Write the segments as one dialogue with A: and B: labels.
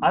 A: あ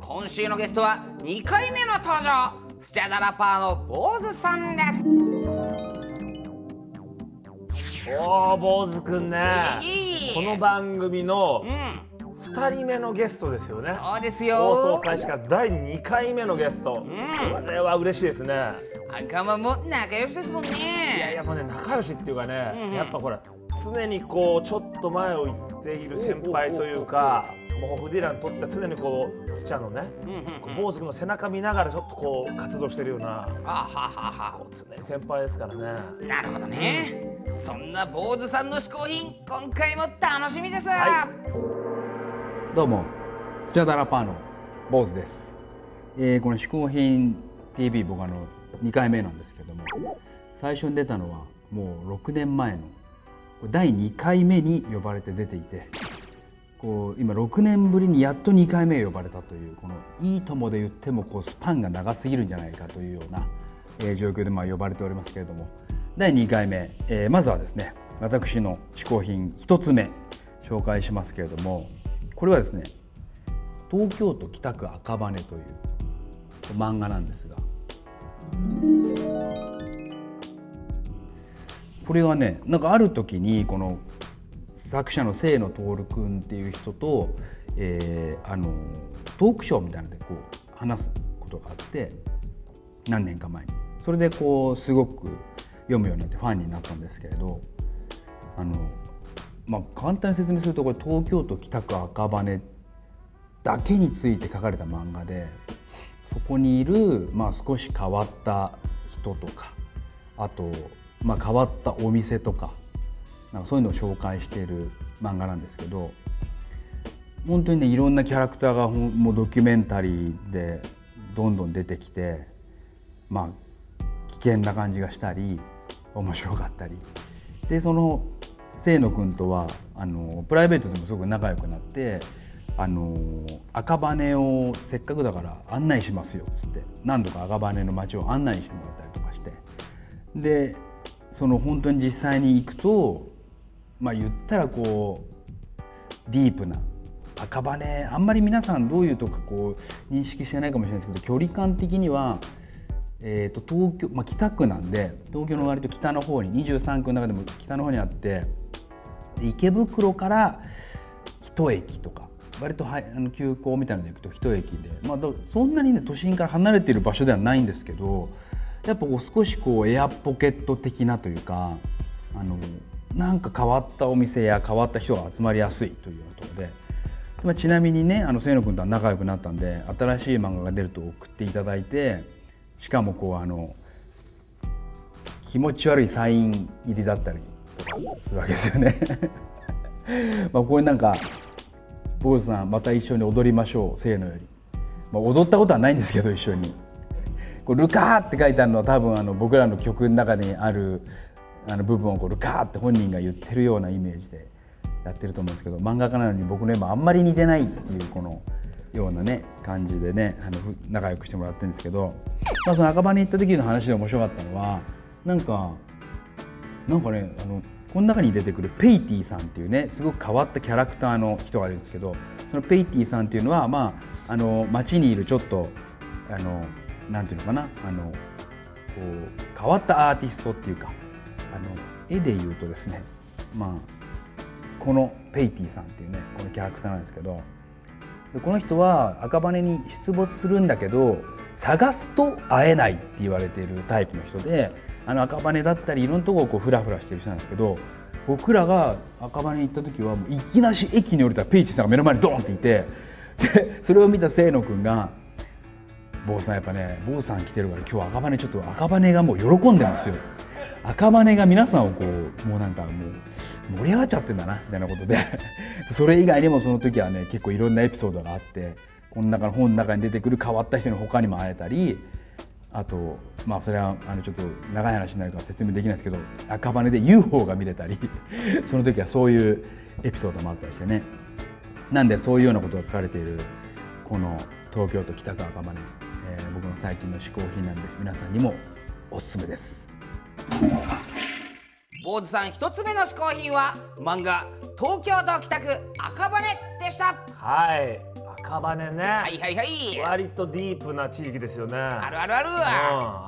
B: 今週のゲストは2回目の登場スチャダラパーの坊主さんです
A: おー坊主くんね
B: いい
A: この番組の
B: うん
A: 2人目のゲストですよね
B: そうです
A: 放送
B: よ
A: 開始から第2回目のゲスト、
B: ん
A: これは嬉しいですね
B: 赤間も仲良しですもんね
A: いやいやもうね仲良しっていうかね、
B: うんうん
A: やっぱほら常にこうちょっと前を行っている先輩というかもうホフディランにとっては常にこうスチャのね、
B: うんうんうん
A: こう坊主君の背中見ながらちょっとこう活動してるような
B: はあはあはあはあ
A: こう常に先輩ですからね
B: なるほどねそんな坊主さんの嗜好品今回も楽しみです、
A: は
C: どうも、スチャダラパーの坊主です。えーこの嗜好品 TV 僕あの2回目なんですけども、最初に出たのはもう6年前のこれ第2回目に呼ばれて出ていて、こう今6年ぶりにやっと2回目呼ばれたというこのいいともで言ってもこうスパンが長すぎるんじゃないかというような、えー状況でまあ呼ばれておりますけれども第2回目、えーまずはですね私の嗜好品1つ目紹介しますけれどもこれはですね東京都北区赤羽という漫画なんですがこれはねなんかある時にこの作者の清野徹君っていう人と、えーあのトークショーみたいなのでこう話すことがあって何年か前にそれでこうすごく読むようになってファンになったんですけれどあの、まあ、簡単に説明するとこれ東京都北区赤羽だけについて書かれた漫画でそこにいる、まあ、少し変わった人とかあと、まあ、変わったお店とかなんかそういうのを紹介している漫画なんですけど本当にねいろんなキャラクターがほんもうドキュメンタリーでどんどん出てきてまあ危険な感じがしたり面白かったりでその清野君とはあのプライベートでもすごく仲良くなってあの赤羽をせっかくだから案内しますよっつって何度か赤羽の街を案内してもらったりとかしてでその本当に実際に行くとまあ言ったらこうディープな赤羽あんまり皆さんどういうとこかこう認識してないかもしれないですけど距離感的には、えー、と東京、まあ、北区なんで東京の割と北の方に23区の中でも北の方にあってで池袋から一駅とか割とはいあの急行みたいなので行くと一駅で、まあ、どそんなにね都心から離れている場所ではないんですけどやっぱこう少しこうエアポケット的なというかあのなんか変わったお店や変わった人が集まりやすいというようなところで。まあちなみにねあの清野君とは仲良くなったんで新しい漫画が出ると送っていただいてしかもこうあの気持ち悪いサイン入りだったりとかするわけですよね。 まあこれなんか「坊主さんまた一緒に踊りましょうせーのより」まあ、踊ったことはないんですけど一緒にこう「ルカー」って書いてあるのは多分あの僕らの曲の中にあるあの部分をこう「ルカー」って本人が言ってるようなイメージでやってると思うんですけど漫画家なのに僕の絵もあんまり似てないっていうこのようなね感じでねあのふ仲良くしてもらってるんですけど、まあ、その赤羽に行った時の話で面白かったのはなんかなんかねあのこの中に出てくるペイティさんっていうねすごく変わったキャラクターの人がいるんですけどそのペイティさんっていうのはまああの街にいるちょっとあのなんていうのかなあのこう変わったアーティストっていうかあの絵で言うとですねまあこのペイティさんっていうねこのキャラクターなんですけどでこの人は赤羽に出没するんだけど探すと会えないって言われているタイプの人であの赤羽だったりいろんなとこをこうフラフラしてる人なんですけど僕らが赤羽に行った時はもういきなし駅に降りたらペイチさんが目の前にドーンっていてでそれを見た清野君が坊さんやっぱね坊さん来てるから今日赤羽ちょっと赤羽がもう喜んでますよ赤羽が皆さんをこうもうなんかもう盛り上が っちゃってんだなみたいなことでそれ以外にもその時はね結構いろんなエピソードがあってここの中の本の中に出てくる変わった人に他にも会えたりあとまあそれはあのちょっと長い話になるから説明できないですけど赤羽で UFO が見れたり その時はそういうエピソードもあったりしてねなんでそういうようなことが書かれているこの東京都北区赤羽、えー僕の最近の嗜好品なんで皆さんにもおすすめです。
B: 坊主さん一つ目の試行品は漫画「東京都北区赤羽」でした
A: はい赤羽ね、
B: はいはいはい
A: 割とディープな地域ですよね
B: あ
A: あ
B: るあるある
A: うん、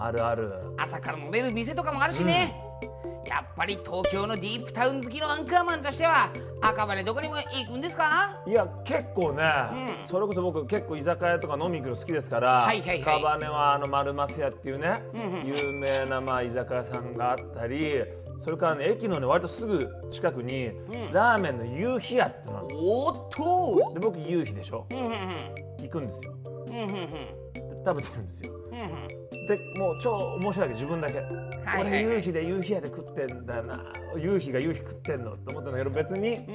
A: あるある
B: 朝から飲める店とかもあるしね、やっぱり東京のディープタウン好きのアンカーマンとしては赤羽どこにも行くんですか
A: いや結構ね、
B: うん
A: それこそ僕結構居酒屋とか飲み行くの好きですから、
B: はいはいはい
A: 赤羽はあの丸ます屋っていうね、
B: うんうん
A: 有名なまあ居酒屋さんがあったりそれからね駅のね割とすぐ近くに、
B: ん
A: ラーメンの夕日屋ってのがあるんで
B: おーっと
A: すで僕夕日でしょ
B: うんうん
A: 行くんですよ
B: うんうんうん
A: で食べてるんですよ
B: うんうん
A: でもう超面白いわけ自分だけ、
B: はいはい
A: 俺夕日で夕日屋で食ってんだな夕日が夕日食ってんのって思ったんだけど別に
B: うん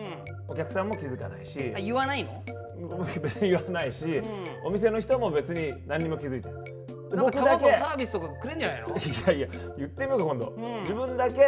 A: お客さんも気づかないし、
B: あ言わないの
A: 別に言わないし、
B: ん
A: お店の人も別に何にも気づいてないで
B: なんか
A: 僕だ
B: 卵
A: け
B: のサービスとかくれんじゃな いの
A: いやいや言ってみようか今度、
B: ん
A: 自分だけ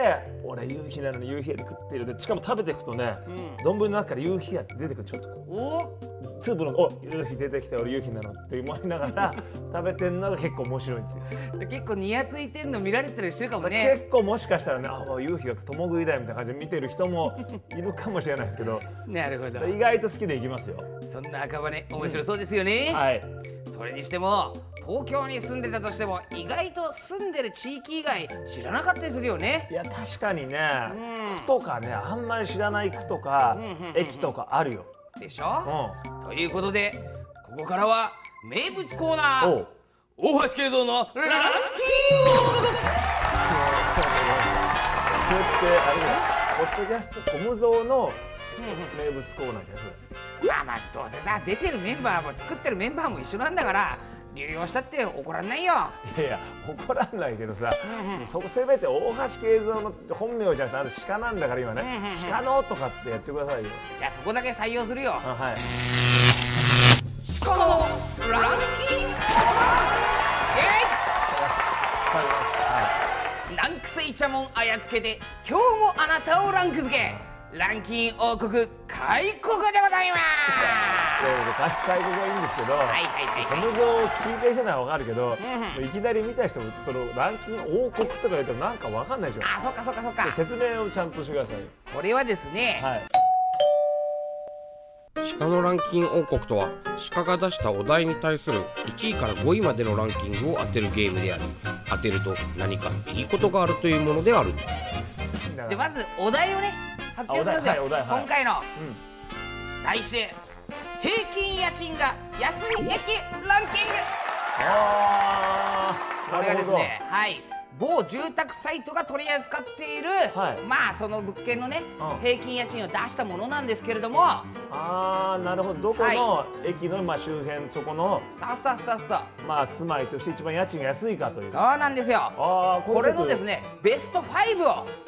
A: 俺夕日なのに夕日屋で食ってるでしかも食べていくとね
B: うん
A: 丼、の中から夕日屋って出てくるちょっとこ
B: おー
A: う粒のお夕日出てきた俺夕日なのって思いながら食べてるのが結構面白いんですよ、
B: 結構ニヤついてんの見られたりしてるかもね
A: 結構もしかしたらねあ夕日が共食いだよみたいな感じで見てる人 もいるかもしれないですけど
B: なるほど
A: 意外と好きでいきますよ
B: そんな赤羽面白そうですよね、
A: はい
B: それにしても東京に住んでたとしても意外と住んでる地域以外知らなかったりするよね
A: いや確かにね、
B: うん
A: 区とかねあんまり知らない区とか、
B: うんうんうん
A: 駅とかあるよ、
B: でし
A: う
B: ょ、
A: ん、
B: ということでここからは名物コーナ
A: お
B: ー
A: う
B: 大橋慶三のランキング
A: それってあれだよポッドキャストコムゾーの 名物コーナーじゃんそれ
B: まあまあどうせさ出てるメンバーも作ってるメンバーも一緒なんだから流用したって怒らんないよ
A: いやいや怒らないけどさ、そこせめて大橋慶三の本名じゃなくてあれ鹿なんだから今ね、
B: うんうんうん
A: 鹿のとかってやってくださいよ
B: じゃあそこだけ採用するよ
A: あはい
B: しかもランキングコーナーイエイ
A: わかりましたはい
B: ランクスイチャモンあやつけて今日もあなたをランク付けランキン王国開国でございます
A: ということで外国はいいんですけど、
B: はいはいはい
A: コ
B: はい
A: ムゾーを聞いてる人ならわかるけど、
B: ん
A: いきなり見た人もそのランキング王国とか言うとなんかわかんないでしょ
B: あそっかそっかそっか
A: 説明をちゃんとしてくださいよ
B: これはですね、
A: はい
D: 鹿のランキン王国とは鹿が出したお題に対する1位から5位までのランキングを当てるゲームであり当てると何かいいことがあるというものである
A: だ
B: じ
A: か
B: ゃあま
A: ら
B: ずお題をね発表します
A: あ
B: よ、
A: お題はいお題はい
B: 今回の、題して平均家賃が安い駅ランキング
A: あー
B: これ
A: なる
B: が
A: ほ
B: です
A: ど
B: ねはい某住宅サイトが取り扱っている、
A: はい
B: まあその物件のね、
A: うん
B: 平均家賃を出したものなんですけれども、
A: あーなるほどどこの駅の、まあ、周辺そこの、
B: さあさあさあさあ
A: まあ、住まいとして一番家賃が安いかという
B: そうなんですよ
A: あー
B: これ
A: ちょ
B: ので
A: っと
B: すねベスト5を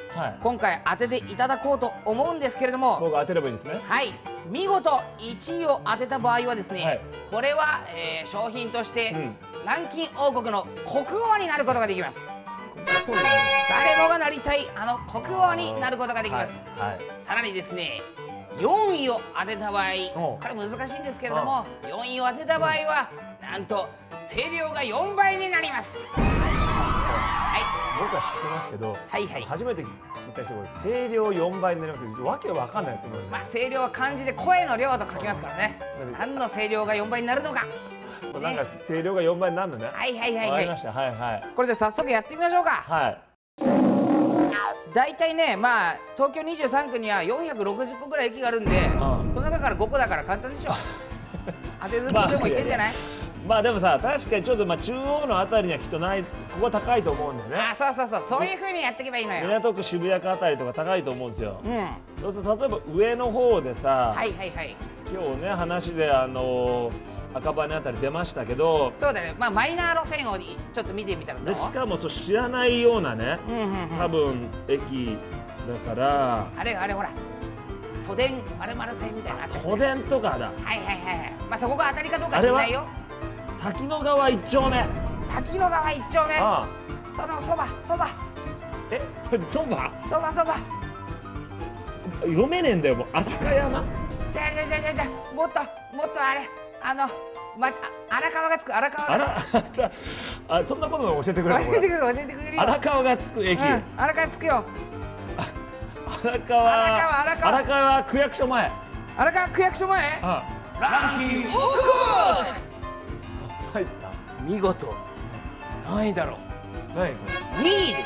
A: はい
B: 今回当てていただこうと思うんですけれども
A: 僕当てればいいですね
B: はい見事1位を当てた場合はですね、
A: はい
B: これは、えー商品として、
A: うん
B: ランキン王国の国王になることができます誰もがなりたいあの国王になることができます、
A: はい、はい
B: さらにですね4位を当てた場
A: お
B: 合
A: う
B: これ難しいんですけれども4位を当てた場合はなんと声量が4倍になりますは
A: 僕は知ってますけど、
B: はいはい
A: 初めて聞いた人が声量4倍になりますけどわけわかんないと思う
B: い
A: んで
B: まあ声量は漢字で声の量と書きますからね
A: うん
B: 何の声量が4倍になるのか
A: まあなんか声量が4倍になるのねは
B: はいはいはい
A: わか
B: は
A: りま
B: い
A: したはいはい
B: これで早速やってみましょうか
A: はい
B: 大体ねまあ東京23区には460個ぐらい駅があるんで
A: うん
B: その中から5個だから簡単でしょ当てずっとでもいけんじゃない
A: まあでもさ確かにちょっとまあ中央のあたりにはきっとないここは高いと思うんだよね
B: あそうそうそうそういう風にやっていけばいいのよ
A: 港区渋谷区あたりとか高いと思うんですよ
B: うんは
A: そうすると例えば上の方でさ、
B: いはいはい
A: 今日ね話であのー赤羽あたり出ましたけど
B: そうだね、まあ、マイナー路線をいちょっと見てみたらどう
A: でしかもそう知らないようなね
B: うんうんうん
A: 多分駅だから
B: あれあれほら都電〇〇線みたいなのあったりする
A: 都電とかだ
B: はいはいはいはいまあそこが当たりかどうか知らないよ
A: 滝野川一丁目あ
B: 滝野川一丁目
A: あ
B: そのそばそば
A: えゾンバ
B: そばそば
A: 読めねえんだよもう飛鳥山
B: じゃあじゃあじゃあじゃあじゃあもっともっとあれあの、ま、あ荒川がつく荒川
A: あ
B: が
A: らあそんなことも教えてくれ
B: 教
A: るの
B: えてくれる教えてくれるよ
A: 荒川がつく駅、
B: うん、荒川つくよ
A: 荒川
B: 荒川荒川
A: 区役所前
B: 荒川区役所前
A: あ
B: ランキング
A: 入った
B: 見事
A: 何位だろう何位これ
B: 2位で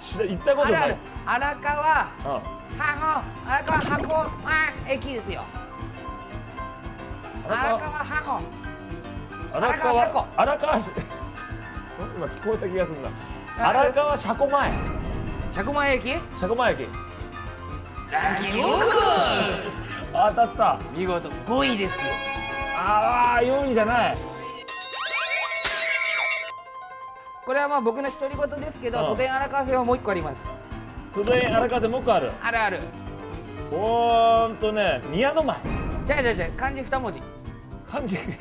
B: す
A: 知ら行ったこ
B: あ
A: と
B: るあ
A: な
B: る
A: い
B: 荒川
A: あ
B: 箱荒川箱あ駅ですよ
A: 荒
B: 荒川
A: 川
B: 箱
A: 荒
B: 荒川車庫
A: 荒川し 今聞こえた気がするな荒川車庫前
B: 百万駅
A: 車庫前駅
B: よ
A: あ当たった
B: く見事5位ですよ
A: ああ4位じゃない
B: これはまあ僕の独り言ですけど
A: うん
B: 都電荒川線はもう一個あります
A: 都電荒川線もう一個ある
B: あるある
A: ほーんとね宮の前
B: じゃあじゃあじゃあ漢字二文字
A: 漢字 結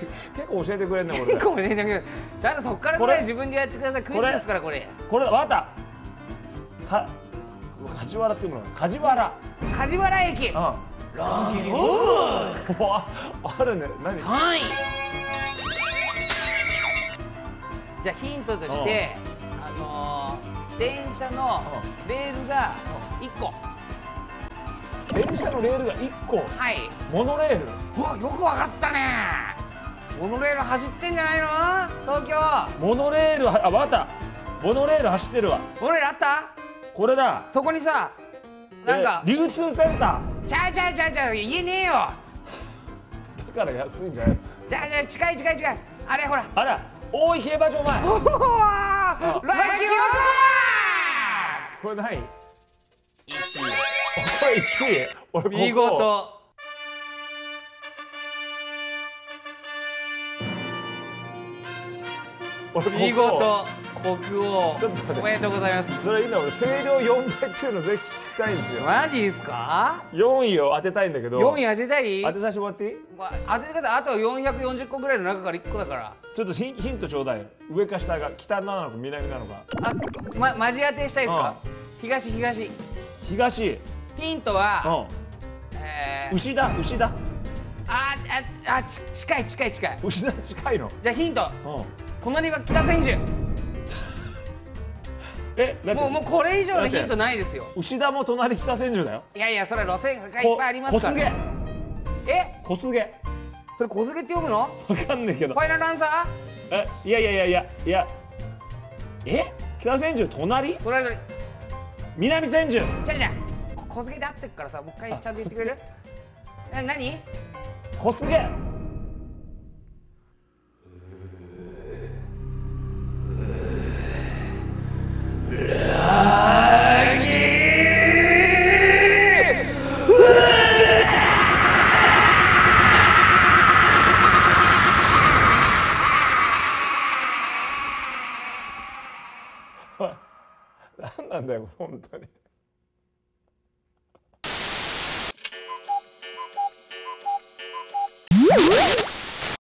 A: 構教えてくれんねこれ
B: 結構教えてくれるちゃんとそっから
A: こ
B: こ
A: れ
B: れ自分でやってくださいクイズですからこれ
A: これわかったか梶原っていうものが梶原
B: 梶原駅
A: うん
B: ランキング
A: おああるね何
B: 3位じゃあヒントとしてあのー電車のレールが一個
A: 電車のレールが1個
B: はい
A: モノレール
B: うわよくわかったねモノレール走ってんじゃないの東京
A: モノレールはあわかったモノレール走ってるわ
B: モノレールあった
A: これだ
B: そこにさなんか
A: え流通センタ
B: ちゃうちゃうちゃうちゃう言えねえよ
A: ーだから安いんじゃない
B: じゃあじゃあ近い近い近いあれほら
A: あら大井競馬場前
B: おおラッキーオーバ
A: これ何位これ1位俺ここ
B: 見事
A: 俺ここ
B: 見事国王
A: ちょっと待って
B: おめでとうございます
A: それいいな俺声量4倍っていうのぜひ聞きたいんです よ
B: マジですか
A: 4位を当てたいんだけど
B: 4位当てたい
A: 当てさせてもらっていい
B: わ当ててくださいあと440個ぐらいの中から1個だから
A: ちょっとヒンヒントちょうだい上か下が北なのか南なのか
B: あ、ま、マジ当てしたいですか東東
A: 東
B: ヒント
A: う
B: は、
A: ん
B: えー、
A: 牛だ牛だ
B: あああち近い近い近い
A: 牛だ近いの
B: じゃあヒント
A: うん
B: 隣は北千住
A: えだって
B: もうもうこれ以上のヒントないですよ
A: 牛田も隣北千住だよ
B: いやいやそれ路線がいっぱい
A: こ
B: ありますから
A: 小菅
B: え
A: 小菅
B: それ小菅って読むの
A: わかんないけど
B: ファイナルアンサー
A: えいやいやいやいやいやえ北千住隣
B: 隣隣
A: 南千住
B: じゃあじゃあこ小菅で合ってっからさもう一回ちゃんと言ってくれるな何
A: 小菅何なんだよ本当に。